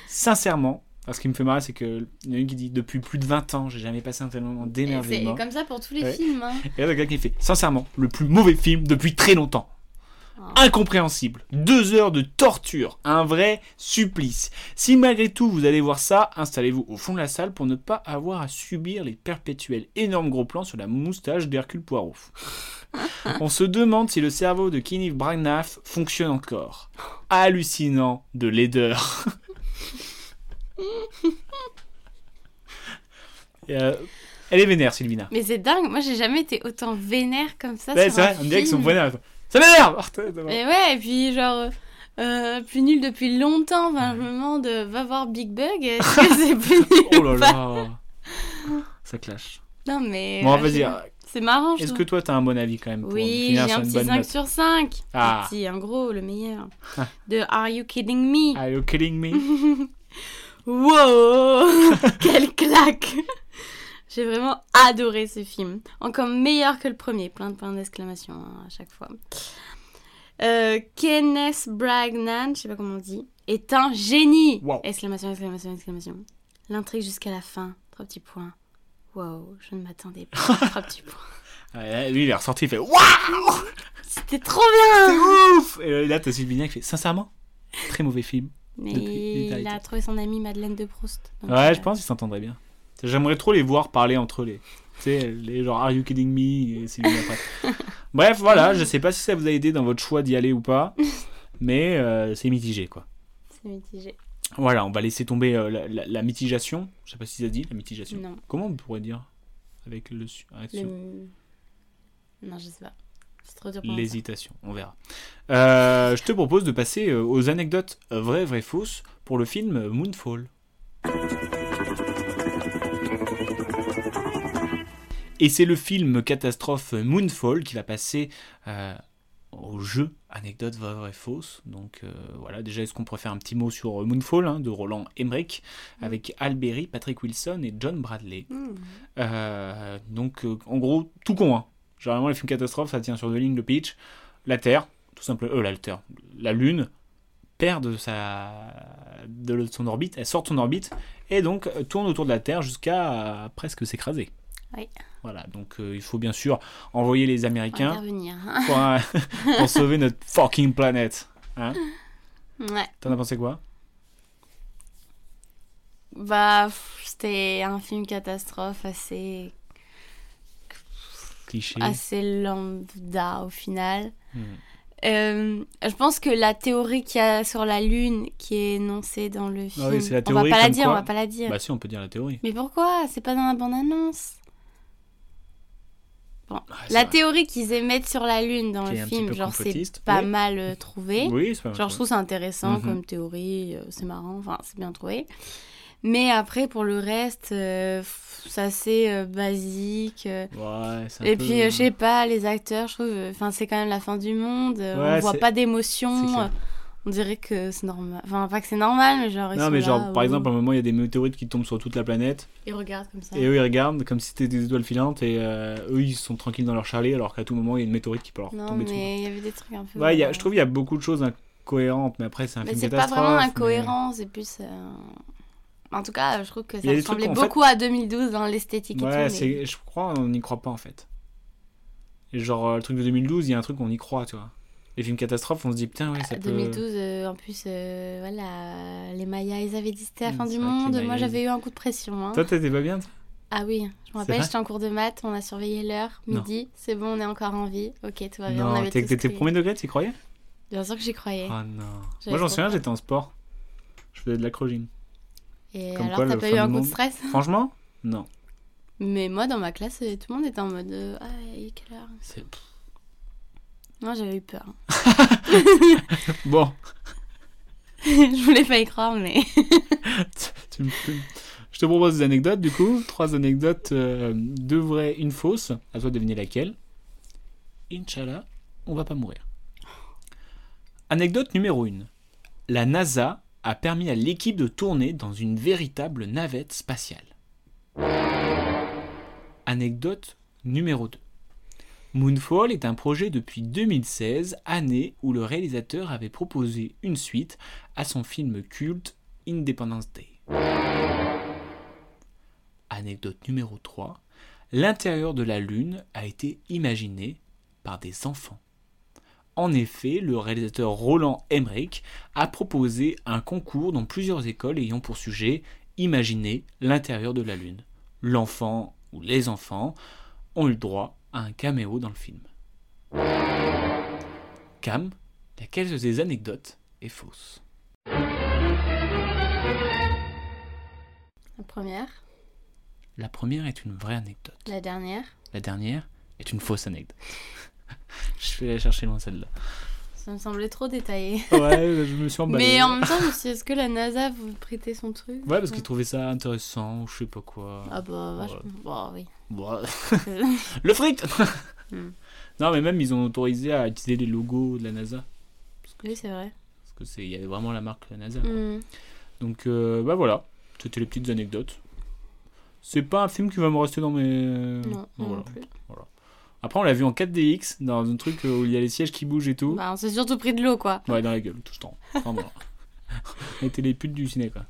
Speaker 1: Sincèrement, parce ce qui me fait marrer, c'est qu'il y en a une qui dit Depuis plus de 20 ans, j'ai jamais passé un tel moment
Speaker 2: C'est
Speaker 1: d'émerveillement.
Speaker 2: comme ça pour tous les
Speaker 1: Ouais.
Speaker 2: films. hein.
Speaker 1: Et là, il y a quelqu'un qui fait Sincèrement, le plus mauvais film depuis très longtemps.
Speaker 2: Oh.
Speaker 1: Incompréhensible. Deux heures de torture. Un vrai supplice. Si malgré tout vous allez voir ça, installez-vous au fond de la salle pour ne pas avoir à subir les perpétuels énormes gros plans sur la moustache d'Hercule Poirot. On se demande si le cerveau de Kenneth Branagh fonctionne encore. Hallucinant de laideur. Et, euh, elle est vénère, Sylvina.
Speaker 2: Mais c'est dingue, moi j'ai jamais été autant vénère comme ça.
Speaker 1: Ouais,
Speaker 2: sur
Speaker 1: c'est
Speaker 2: un
Speaker 1: vrai, on dirait qu'ils sont
Speaker 2: film.
Speaker 1: vénères. Ça m'énerve Ah, putain, d'abord.
Speaker 2: Mais ouais, et puis genre, euh, plus nul depuis longtemps, enfin, je me demande, euh, va voir Big Bug, est-ce que c'est plus nul
Speaker 1: Oh là
Speaker 2: ou pas
Speaker 1: là Ça clash.
Speaker 2: Non mais...
Speaker 1: Bon,
Speaker 2: euh,
Speaker 1: vas-y. hein.
Speaker 2: c'est- C'est marrant, je
Speaker 1: Est-ce que
Speaker 2: trouve.
Speaker 1: toi, t'as un bon avis quand même pour
Speaker 2: Oui,
Speaker 1: finir
Speaker 2: j'ai
Speaker 1: sur
Speaker 2: un
Speaker 1: une
Speaker 2: petit
Speaker 1: bonne
Speaker 2: 5
Speaker 1: note
Speaker 2: sur 5.
Speaker 1: Ah.
Speaker 2: Petit, en gros, le meilleur. De Are You Kidding Me
Speaker 1: Are you kidding me
Speaker 2: Wow Quelle claque J'ai vraiment adoré ce film. Encore meilleur que le premier. Plein de points d'exclamation hein, à chaque fois. Euh, Kenneth Bragnan, je sais pas comment on dit, est un génie
Speaker 1: Wow.
Speaker 2: Exclamation, exclamation, exclamation. L'intrigue jusqu'à la fin. Trois petits points. Wow, je ne m'attendais pas. Trois petits points.
Speaker 1: Ouais, Lui, il est ressorti, il fait Waouh
Speaker 2: C'était trop bien
Speaker 1: C'est ouf Et là, t'as Sylvina qui fait Sincèrement, très mauvais film.
Speaker 2: Mais
Speaker 1: Depuis, il a
Speaker 2: il a
Speaker 1: été.
Speaker 2: trouvé son amie Madeleine de Proust. Donc,
Speaker 1: Ouais,
Speaker 2: euh,
Speaker 1: je pense qu'ils s'entendraient bien. J'aimerais trop les voir parler entre les. Tu sais, les genre Are you kidding me et Sylvina Pratt. Bref, voilà, je sais pas si ça vous a aidé dans votre choix d'y aller ou pas, mais euh, c'est mitigé quoi.
Speaker 2: C'est mitigé.
Speaker 1: Voilà, on va laisser tomber euh, la, la- la mitigation. Je sais pas si ça se dit, la mitigation.
Speaker 2: Non.
Speaker 1: Comment on pourrait dire avec le su-
Speaker 2: Le-
Speaker 1: action
Speaker 2: Non, je sais pas. C'est trop dur pour moi.
Speaker 1: L'hésitation, on verra. Euh, je te propose de passer euh, aux anecdotes euh, vraies, vraies, fausses pour le film euh, Moonfall. Et c'est le film catastrophe Moonfall qui va passer euh, au jeu anecdote vraie, vraie, fausse. Donc euh, voilà, déjà est-ce qu'on pourrait faire un petit mot sur euh, Moonfall hein, de Roland Emmerich avec Alberi, Patrick Wilson et John Bradley.
Speaker 2: Hmm.
Speaker 1: Euh, donc, euh, en gros, tout con. hein. Généralement, les films catastrophes, ça tient sur deux lignes de pitch. La Terre, tout simplement, euh, la Terre, la Lune perd de, sa, de son orbite, elle sort de son orbite, et donc euh, tourne autour de la Terre jusqu'à euh, presque s'écraser.
Speaker 2: Oui.
Speaker 1: Voilà, donc euh, il faut bien sûr envoyer les Américains
Speaker 2: Intervenir.
Speaker 1: pour, euh, pour sauver notre fucking planète.
Speaker 2: ouais.
Speaker 1: T'en as pensé quoi
Speaker 2: Bah, pff, c'était un film catastrophe assez,
Speaker 1: Cliché.
Speaker 2: Ah, assez lambda au final.
Speaker 1: Hmm.
Speaker 2: Euh, je pense que la théorie qu'il y a sur la Lune qui est énoncée dans le film,
Speaker 1: Ah oui, c'est la
Speaker 2: on
Speaker 1: théorie
Speaker 2: va pas la
Speaker 1: comme
Speaker 2: dire,
Speaker 1: quoi-
Speaker 2: on va pas la dire.
Speaker 1: Bah si, on peut dire la théorie.
Speaker 2: Mais pourquoi C'est pas dans la bande-annonce.
Speaker 1: Ah, c'est
Speaker 2: La
Speaker 1: vrai.
Speaker 2: théorie qu'ils émettent sur la Lune dans
Speaker 1: Qui est
Speaker 2: le
Speaker 1: un petit peu
Speaker 2: film, genre, c'est
Speaker 1: complotiste,
Speaker 2: pas
Speaker 1: oui.
Speaker 2: mal euh, trouvé.
Speaker 1: Oui, c'est pas mal.
Speaker 2: Genre, je trouve ça intéressant
Speaker 1: Mhm.
Speaker 2: comme théorie, euh, c'est marrant, enfin, c'est bien trouvé. Mais après, pour le reste, euh, pff, c'est assez euh, basique. euh.
Speaker 1: Ouais, c'est un
Speaker 2: Et
Speaker 1: peu-
Speaker 2: puis, euh, je sais pas, les acteurs, je trouve, euh, enfin, c'est quand même la fin du monde, euh,
Speaker 1: Ouais,
Speaker 2: on voit
Speaker 1: c'est-
Speaker 2: pas
Speaker 1: c'est
Speaker 2: d'émotion.
Speaker 1: clair.
Speaker 2: euh, on dirait que c'est normal. Enfin, pas que c'est normal, mais genre. ils
Speaker 1: Non,
Speaker 2: sont
Speaker 1: mais
Speaker 2: là,
Speaker 1: genre, par
Speaker 2: euh,
Speaker 1: exemple, à un moment, il y a des météorites qui tombent sur toute la planète,
Speaker 2: Ils regardent comme ça.
Speaker 1: et euh, eux, ils regardent comme si c'était des étoiles filantes, et euh, eux, ils sont tranquilles dans leur chalet, alors qu'à tout moment, il y a une météorite qui peut leur
Speaker 2: Non,
Speaker 1: tomber dessus. hein.
Speaker 2: mais il y avait des trucs un peu.
Speaker 1: Ouais, il y a-
Speaker 2: euh,
Speaker 1: je trouve qu'il y a beaucoup de choses incohérentes, mais après, c'est un
Speaker 2: Mais
Speaker 1: film
Speaker 2: c'est pas
Speaker 1: catastrophe,
Speaker 2: vraiment
Speaker 1: mais-
Speaker 2: incohérent, c'est plus. euh, En tout cas, je trouve que
Speaker 1: Il y a
Speaker 2: ça
Speaker 1: des trucs
Speaker 2: ressemblait
Speaker 1: en fait-
Speaker 2: beaucoup à 2012 dans l'esthétique et
Speaker 1: Ouais,
Speaker 2: tout. mais-
Speaker 1: c'est- je crois, on n'y croit pas, en fait. Et genre, euh, le truc de 2012, il y a un truc, on y croit, tu vois. Les films catastrophes, on se dit, putain, ouais, ça peut...
Speaker 2: 2012, euh, en plus, euh, voilà, les Mayas, ils avaient dit c'était la
Speaker 1: Mm,
Speaker 2: fin
Speaker 1: c'est
Speaker 2: du
Speaker 1: vrai que les
Speaker 2: monde. Moi,
Speaker 1: Mayas,
Speaker 2: j'avais eu un coup de pression. hein.
Speaker 1: Toi, t'étais pas bien, toi
Speaker 2: Ah oui, je me
Speaker 1: C'est vrai
Speaker 2: rappelle, j'étais en cours de maths, on a surveillé l'heure,
Speaker 1: Non.
Speaker 2: midi, c'est bon, on est encore en vie. Ok, tout va bien. on
Speaker 1: Non,
Speaker 2: avait
Speaker 1: t'es-
Speaker 2: tous
Speaker 1: t'étais
Speaker 2: crié.
Speaker 1: premier degré, t'y croyais
Speaker 2: Bien sûr que j'y croyais.
Speaker 1: Ah non.
Speaker 2: J'avais
Speaker 1: Moi, j'en
Speaker 2: trop
Speaker 1: souviens,
Speaker 2: peur.
Speaker 1: j'étais en sport. Je faisais de l'acrogym.
Speaker 2: Et
Speaker 1: Comme
Speaker 2: alors,
Speaker 1: quoi,
Speaker 2: t'as
Speaker 1: le
Speaker 2: pas
Speaker 1: fin
Speaker 2: eu un
Speaker 1: du
Speaker 2: coup de
Speaker 1: monde.
Speaker 2: stress
Speaker 1: Franchement Non.
Speaker 2: Mais moi, dans ma classe, euh, tout le monde était en mode euh, Ah, il est quelle heure
Speaker 1: C'est-
Speaker 2: Non, j'avais eu peur. hein.
Speaker 1: Bon,
Speaker 2: je voulais pas y croire, mais.
Speaker 1: tu me fais- je te propose des anecdotes du coup. Trois anecdotes, euh, deux vraies, une fausse. À toi de deviner laquelle. Inch'Allah, on va pas mourir. Anecdote numéro 1. La NASA a permis à l'équipe de tourner dans une véritable navette spatiale. Anecdote numéro 2. Moonfall est un projet depuis 2016, année où le réalisateur avait proposé une suite à son film culte Independence Day. Anecdote numéro 3. L'intérieur de la Lune a été imaginé par des enfants. En effet, le réalisateur Roland Emmerich a proposé un concours dans plusieurs écoles ayant pour sujet Imaginer l'intérieur de la Lune. L'enfant ou les enfants ont eu le droit à un caméo dans le film. Cam, laquelle de ces anecdotes est fausse
Speaker 2: La première,
Speaker 1: La première est une vraie anecdote.
Speaker 2: la dernière,
Speaker 1: La dernière est une fausse anecdote. je vais aller chercher loin celle-là.
Speaker 2: ça me semblait trop détaillé.
Speaker 1: Ouais, bah, je me suis emballé.
Speaker 2: Mais en même temps, je me suis dit, est-ce que la NASA vous prêtait son truc
Speaker 1: Ouais, parce qu'ils trouvaient ça intéressant, ou je sais pas quoi.
Speaker 2: Ah bah, vachement.
Speaker 1: Ouais.
Speaker 2: Bon, oui.
Speaker 1: Bon. Le fric
Speaker 2: Hmm.
Speaker 1: Non, mais même ils ont autorisé à utiliser les logos de la NASA.
Speaker 2: oui, c'est vrai.
Speaker 1: Parce que c'est, il y avait vraiment la marque la NASA. quoi.
Speaker 2: Mm.
Speaker 1: Donc, euh, bah voilà. C'était les petites anecdotes. C'est pas un film qui va me rester dans mes.
Speaker 2: Non, Hmm.
Speaker 1: Bon,
Speaker 2: non
Speaker 1: voilà.
Speaker 2: plus.
Speaker 1: Après, on l'a vu en 4DX, dans un truc euh, où il y a les sièges qui bougent et tout.
Speaker 2: Bah, on s'est surtout pris de l'eau, quoi.
Speaker 1: Ouais, dans la gueule, tout le temps. Enfin, voilà. On était les putes du ciné, quoi.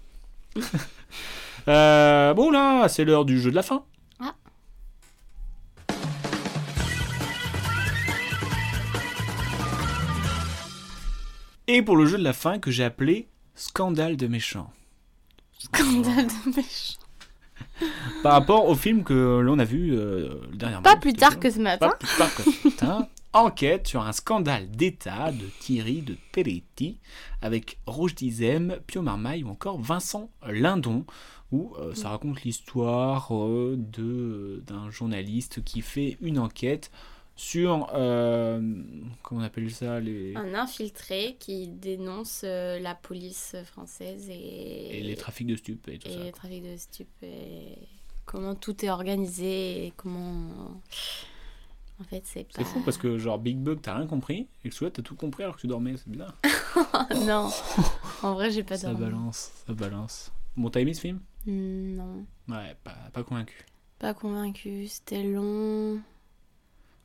Speaker 1: Euh, bon, là, c'est l'heure du jeu de la fin.
Speaker 2: Ah.
Speaker 1: Et pour le jeu de la fin que j'ai appelé Scandale de méchants.
Speaker 2: Scandale de méchant.
Speaker 1: Par rapport au film que l'on a vu euh, dernièrement.
Speaker 2: Pas plus tard que ce matin.
Speaker 1: Pas plus tard que ce matin. enquête sur un scandale d'État de Thierry de Peretti avec Roche Dizem, Pio Marmaille ou encore Vincent Lindon, où euh, ça raconte l'histoire euh, de- d'un journaliste qui fait une enquête sur, euh, comment on appelle ça, les,
Speaker 2: Un infiltré qui dénonce euh, la police française et,
Speaker 1: et les trafics de stupes et tout
Speaker 2: et
Speaker 1: ça.
Speaker 2: le trafic de stupes. et Comment tout est organisé et comment. En fait, c'est pas.
Speaker 1: C'est fou parce que genre Big Bug t'as rien compris et que celui-là t'as tout compris alors que tu dormais, c'est bizarre.
Speaker 2: non, en vrai, j'ai pas
Speaker 1: ça
Speaker 2: dormi.
Speaker 1: balance, ça balance. Bon t'as aimé ce film
Speaker 2: Mm, Non,
Speaker 1: Ouais, pas, pas convaincu.
Speaker 2: pas convaincu, c'était long.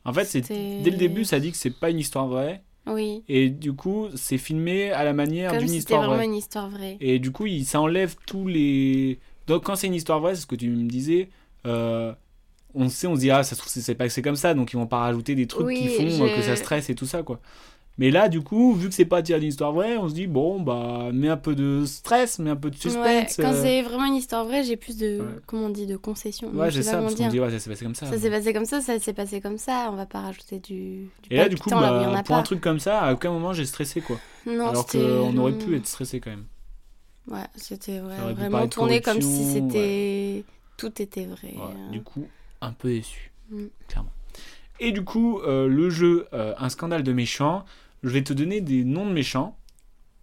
Speaker 1: En fait, c'est
Speaker 2: C'était-
Speaker 1: dès le début ça dit que c'est pas une histoire vraie
Speaker 2: Oui,
Speaker 1: et du coup c'est filmé à la manière
Speaker 2: comme
Speaker 1: d'une
Speaker 2: si c'était
Speaker 1: histoire
Speaker 2: vraiment
Speaker 1: vraie.
Speaker 2: une histoire vraie.
Speaker 1: Et du coup il, ça enlève tous les. Donc quand c'est une histoire vraie, c'est ce que tu me disais. euh, on sait, on se dit ah ça se trouve c'est- c'est pas c'est comme ça donc ils vont pas rajouter des trucs
Speaker 2: Oui,
Speaker 1: qui font euh,
Speaker 2: je-
Speaker 1: que ça stresse et tout ça quoi. Mais là du coup vu que c'est pas tiré d'une histoire vraie, on se dit bon bah mets un peu de stress, mets un peu de
Speaker 2: Ouais,
Speaker 1: suspense.
Speaker 2: quand
Speaker 1: euh,
Speaker 2: c'est vraiment une histoire vraie, j'ai plus de.
Speaker 1: Ouais.
Speaker 2: Comment on dit De concessions.
Speaker 1: Ouais,
Speaker 2: je sais
Speaker 1: j'ai
Speaker 2: pas
Speaker 1: ça,
Speaker 2: comment
Speaker 1: parce qu'on
Speaker 2: dire.
Speaker 1: dit, ouais, ça s'est passé comme ça. hein.
Speaker 2: Ça s'est passé comme ça, ça s'est passé comme ça, on va pas rajouter du. du
Speaker 1: et là, du coup,
Speaker 2: palpitant, là où il y
Speaker 1: bah,
Speaker 2: en a
Speaker 1: pour
Speaker 2: pas.
Speaker 1: un truc comme ça, à aucun moment j'ai stressé, quoi.
Speaker 2: Non,
Speaker 1: Alors
Speaker 2: c'était
Speaker 1: qu'on aurait
Speaker 2: long.
Speaker 1: pu être stressé quand même.
Speaker 2: Ouais, c'était ouais,
Speaker 1: aurait pu
Speaker 2: vraiment
Speaker 1: parler de
Speaker 2: tourné comme si
Speaker 1: corruption,
Speaker 2: c'était. Tout était vrai.
Speaker 1: Ouais,
Speaker 2: hein.
Speaker 1: Du coup, un peu déçu,
Speaker 2: Mm.
Speaker 1: clairement. Et du coup, euh, le jeu euh, Un scandale de méchants, je vais te donner des noms de méchants.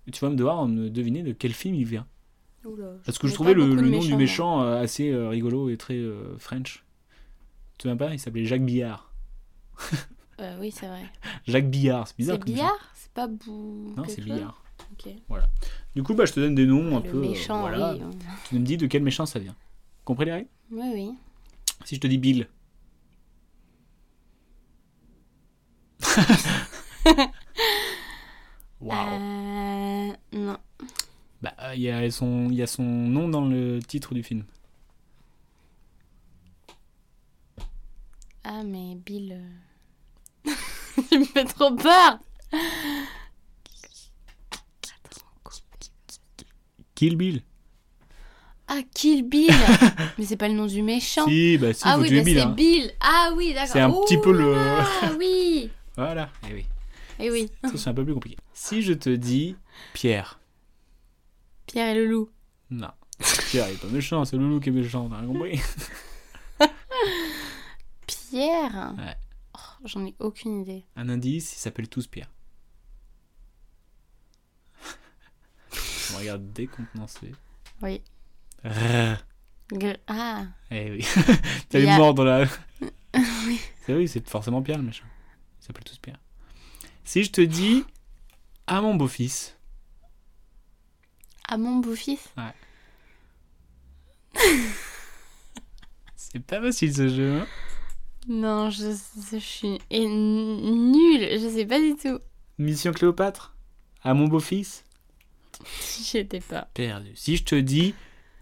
Speaker 1: Et tu vas me devoir me deviner de quel film il vient.
Speaker 2: Oula,
Speaker 1: Parce que je
Speaker 2: connais
Speaker 1: trouvais
Speaker 2: pas
Speaker 1: le,
Speaker 2: beaucoup
Speaker 1: le
Speaker 2: de
Speaker 1: nom du
Speaker 2: méchants,
Speaker 1: méchant euh, assez euh, rigolo et très euh, French. Tu te souviens pas Il s'appelait Jacques Billard.
Speaker 2: moi. Euh, oui, c'est vrai.
Speaker 1: Jacques Billard, c'est bizarre.
Speaker 2: C'est
Speaker 1: comme
Speaker 2: billard C'est pas bou.
Speaker 1: jeu. Non,
Speaker 2: quelque
Speaker 1: c'est
Speaker 2: chose
Speaker 1: Billard.
Speaker 2: Ok.
Speaker 1: Du coup, bah, je te donne des noms un
Speaker 2: Le
Speaker 1: peu. euh,
Speaker 2: méchant,
Speaker 1: voilà.
Speaker 2: oui.
Speaker 1: Tu me dis de quel méchant ça vient. Compris les règles
Speaker 2: Oui, oui.
Speaker 1: Si je te dis Bill. Waouh.
Speaker 2: Euh, non.
Speaker 1: Bah, euh, il y, a son- il y a son nom dans le titre du film.
Speaker 2: Ah, mais Bill. euh, tu me fais trop peur
Speaker 1: Kill Bill.
Speaker 2: Ah, Kill Bill Mais c'est pas le nom du méchant.
Speaker 1: Si, bah si,
Speaker 2: ah
Speaker 1: faut
Speaker 2: oui,
Speaker 1: tuer
Speaker 2: bah,
Speaker 1: Bill.
Speaker 2: c'est
Speaker 1: hein.
Speaker 2: Bill. Ah oui, d'accord.
Speaker 1: C'est un petit peu le-
Speaker 2: Ah oui.
Speaker 1: Voilà. Eh oui.
Speaker 2: Et oui.
Speaker 1: Ça, c'est un peu plus compliqué. Si je te dis Pierre.
Speaker 2: Pierre et le loup.
Speaker 1: Non. Pierre, il est pas méchant, c'est Loulou qui est méchant, t'as rien compris
Speaker 2: Pierre
Speaker 1: Ouais.
Speaker 2: Oh, J'en ai aucune idée.
Speaker 1: Un indice, ils s'appellent tous Pierre. On regarde décontenancé.
Speaker 2: Oui.
Speaker 1: Rrr.
Speaker 2: Gr- ah,
Speaker 1: Eh oui. T'as eu
Speaker 2: Il y a-
Speaker 1: mort dans la. c'est oui, c'est forcément Pierre le méchant. Ils s'appellent tous Pierre. Si je te dis à mon beau-fils,
Speaker 2: à ah mon beau-fils
Speaker 1: c'est pas facile ce jeu. hein.
Speaker 2: Non, je, je suis é- nulle. Je sais pas du tout.
Speaker 1: Mission Cléopâtre À mon beau-fils
Speaker 2: J'étais pas.
Speaker 1: Perdu. Si je te dis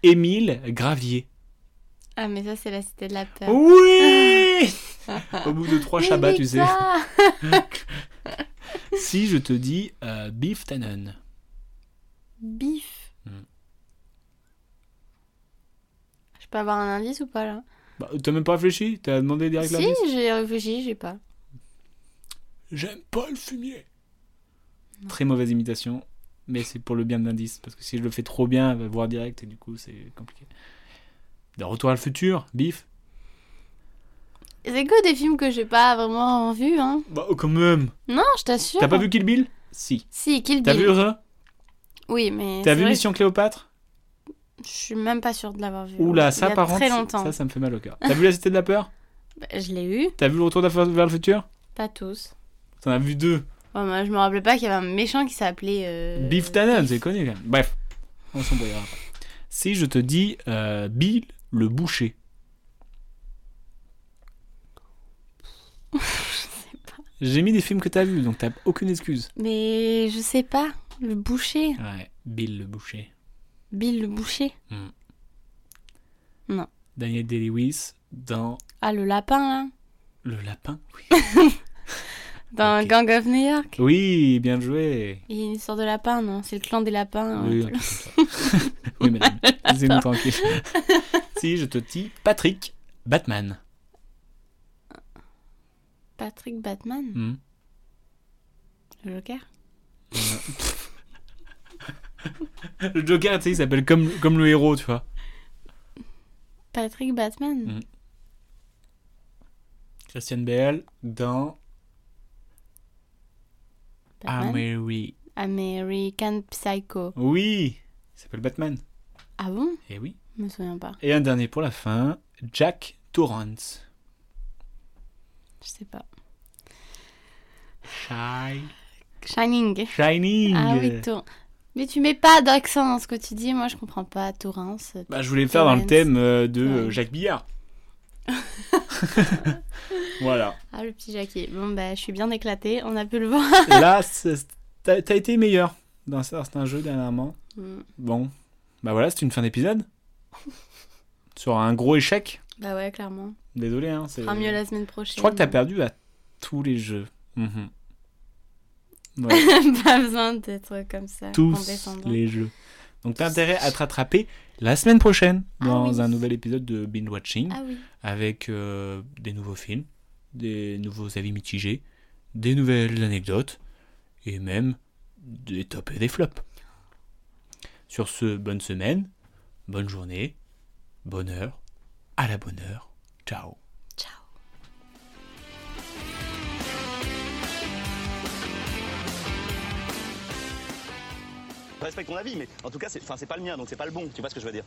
Speaker 1: Émile Gravier.
Speaker 2: Ah, mais ça, c'est la cité de la peur.
Speaker 1: Oui Au bout de trois
Speaker 2: Mais
Speaker 1: Shabbats, Oh, tu sais.
Speaker 2: Victor
Speaker 1: Si je te dis euh, Beef Tannen.
Speaker 2: Bif.
Speaker 1: Hmm.
Speaker 2: Je peux avoir un indice ou pas là
Speaker 1: Bah, t'as même pas réfléchi T'as demandé direct
Speaker 2: Si,
Speaker 1: l'indice
Speaker 2: j'ai réfléchi, j'ai pas.
Speaker 1: J'aime pas le fumier. Très mauvaise imitation, mais c'est pour le bien de l'indice. Parce que si je le fais trop bien, elle va voir direct et du coup, c'est compliqué. De retour à le futur, bif.
Speaker 2: C'est que des films que j'ai pas vraiment vu, hein.
Speaker 1: Bah, oh, quand même.
Speaker 2: Non, je t'assure.
Speaker 1: T'as pas vu Kill Bill Si.
Speaker 2: Si, Kill Bill.
Speaker 1: T'as vu The
Speaker 2: Oui, mais.
Speaker 1: T'as
Speaker 2: c'est
Speaker 1: vu
Speaker 2: vrai
Speaker 1: Mission Cléopâtre
Speaker 2: que Je suis même pas sûre de l'avoir vu. hein,
Speaker 1: Oula,
Speaker 2: Il y
Speaker 1: ça
Speaker 2: a
Speaker 1: par contre.
Speaker 2: Très
Speaker 1: ça-
Speaker 2: longtemps.
Speaker 1: Ça, ça me fait mal au cœur. T'as vu La Cité de la Peur
Speaker 2: Bah, je l'ai eu,
Speaker 1: T'as vu Le Retour vers vers le futur
Speaker 2: pas tous.
Speaker 1: T'en as vu deux.
Speaker 2: Ouais, moi, je me rappelais pas qu'il y avait un méchant qui s'appelait. euh,
Speaker 1: Beef Tannen, c'est connu quand même. Bref, on s'en brouillera après. Si je te dis euh, Bill le boucher. J'ai mis des films que t'as vus, donc t'as aucune excuse.
Speaker 2: Mais je sais pas. Le boucher.
Speaker 1: Ouais, Bill le boucher.
Speaker 2: Bill le boucher.
Speaker 1: Daniel Day-Lewis dans
Speaker 2: Ah, le lapin, là.
Speaker 1: Le Lapin. Oui.
Speaker 2: Dans
Speaker 1: Ok.
Speaker 2: Gang of New York.
Speaker 1: Oui, bien joué.
Speaker 2: Il y a une histoire de lapin, non C'est le clan des lapins.
Speaker 1: Oui, Ah, un
Speaker 2: hein.
Speaker 1: truc comme ça. oui madame. Laissez-nous tranquille. si je te dis Patrick Batman.
Speaker 2: Patrick Batman.
Speaker 1: Hmm.
Speaker 2: Le Joker
Speaker 1: Le Joker, tu sais, il s'appelle comme, comme le héros, tu vois.
Speaker 2: Patrick Batman
Speaker 1: Mm. Christian Bale dans
Speaker 2: Batman
Speaker 1: Ah, mais oui.
Speaker 2: American Psycho.
Speaker 1: Oui Il s'appelle Batman.
Speaker 2: Ah bon
Speaker 1: Et oui.
Speaker 2: Je me souviens pas.
Speaker 1: Et un dernier pour la fin, Jack Torrance.
Speaker 2: Je sais pas.
Speaker 1: Shy.
Speaker 2: Shining.
Speaker 1: Shining
Speaker 2: Ah oui, Tor- Mais tu mets pas d'accent dans ce que tu dis, moi je comprends pas. Torrance.
Speaker 1: Bah, je voulais le faire dans le
Speaker 2: Torrance.
Speaker 1: thème euh, de
Speaker 2: Torrance.
Speaker 1: euh, Jacques Billard. voilà.
Speaker 2: Ah le petit Jackie. Bon bah je suis bien éclatée, on a pu le voir.
Speaker 1: Là, c'est- t'as t'as été meilleur dans certains jeux dernièrement.
Speaker 2: Mm.
Speaker 1: Bon. Bah voilà, c'est une fin d'épisode. Sur un gros échec.
Speaker 2: Bah ouais, clairement.
Speaker 1: Désolé, hein.
Speaker 2: On
Speaker 1: c'est-
Speaker 2: fera mieux la semaine prochaine.
Speaker 1: Je crois que t'as perdu à tous les jeux. Mhm. Ouais.
Speaker 2: pas besoin d'être comme ça. en
Speaker 1: tous
Speaker 2: descendant.
Speaker 1: les jeux. Donc t'as intérêt à te rattraper la semaine prochaine
Speaker 2: Ah
Speaker 1: dans
Speaker 2: oui.
Speaker 1: un nouvel épisode de Binge Watching
Speaker 2: Ah oui.
Speaker 1: avec euh, des nouveaux films, des nouveaux avis mitigés, des nouvelles anecdotes et même des tops et des flops. Sur ce, bonne semaine, bonne journée, bonne heure, à la bonne heure, ciao.
Speaker 2: Ciao.
Speaker 3: Je respecte ton avis, mais en tout cas, c'est enfin, c'est pas le mien, donc c'est pas le bon. Tu vois ce que je veux dire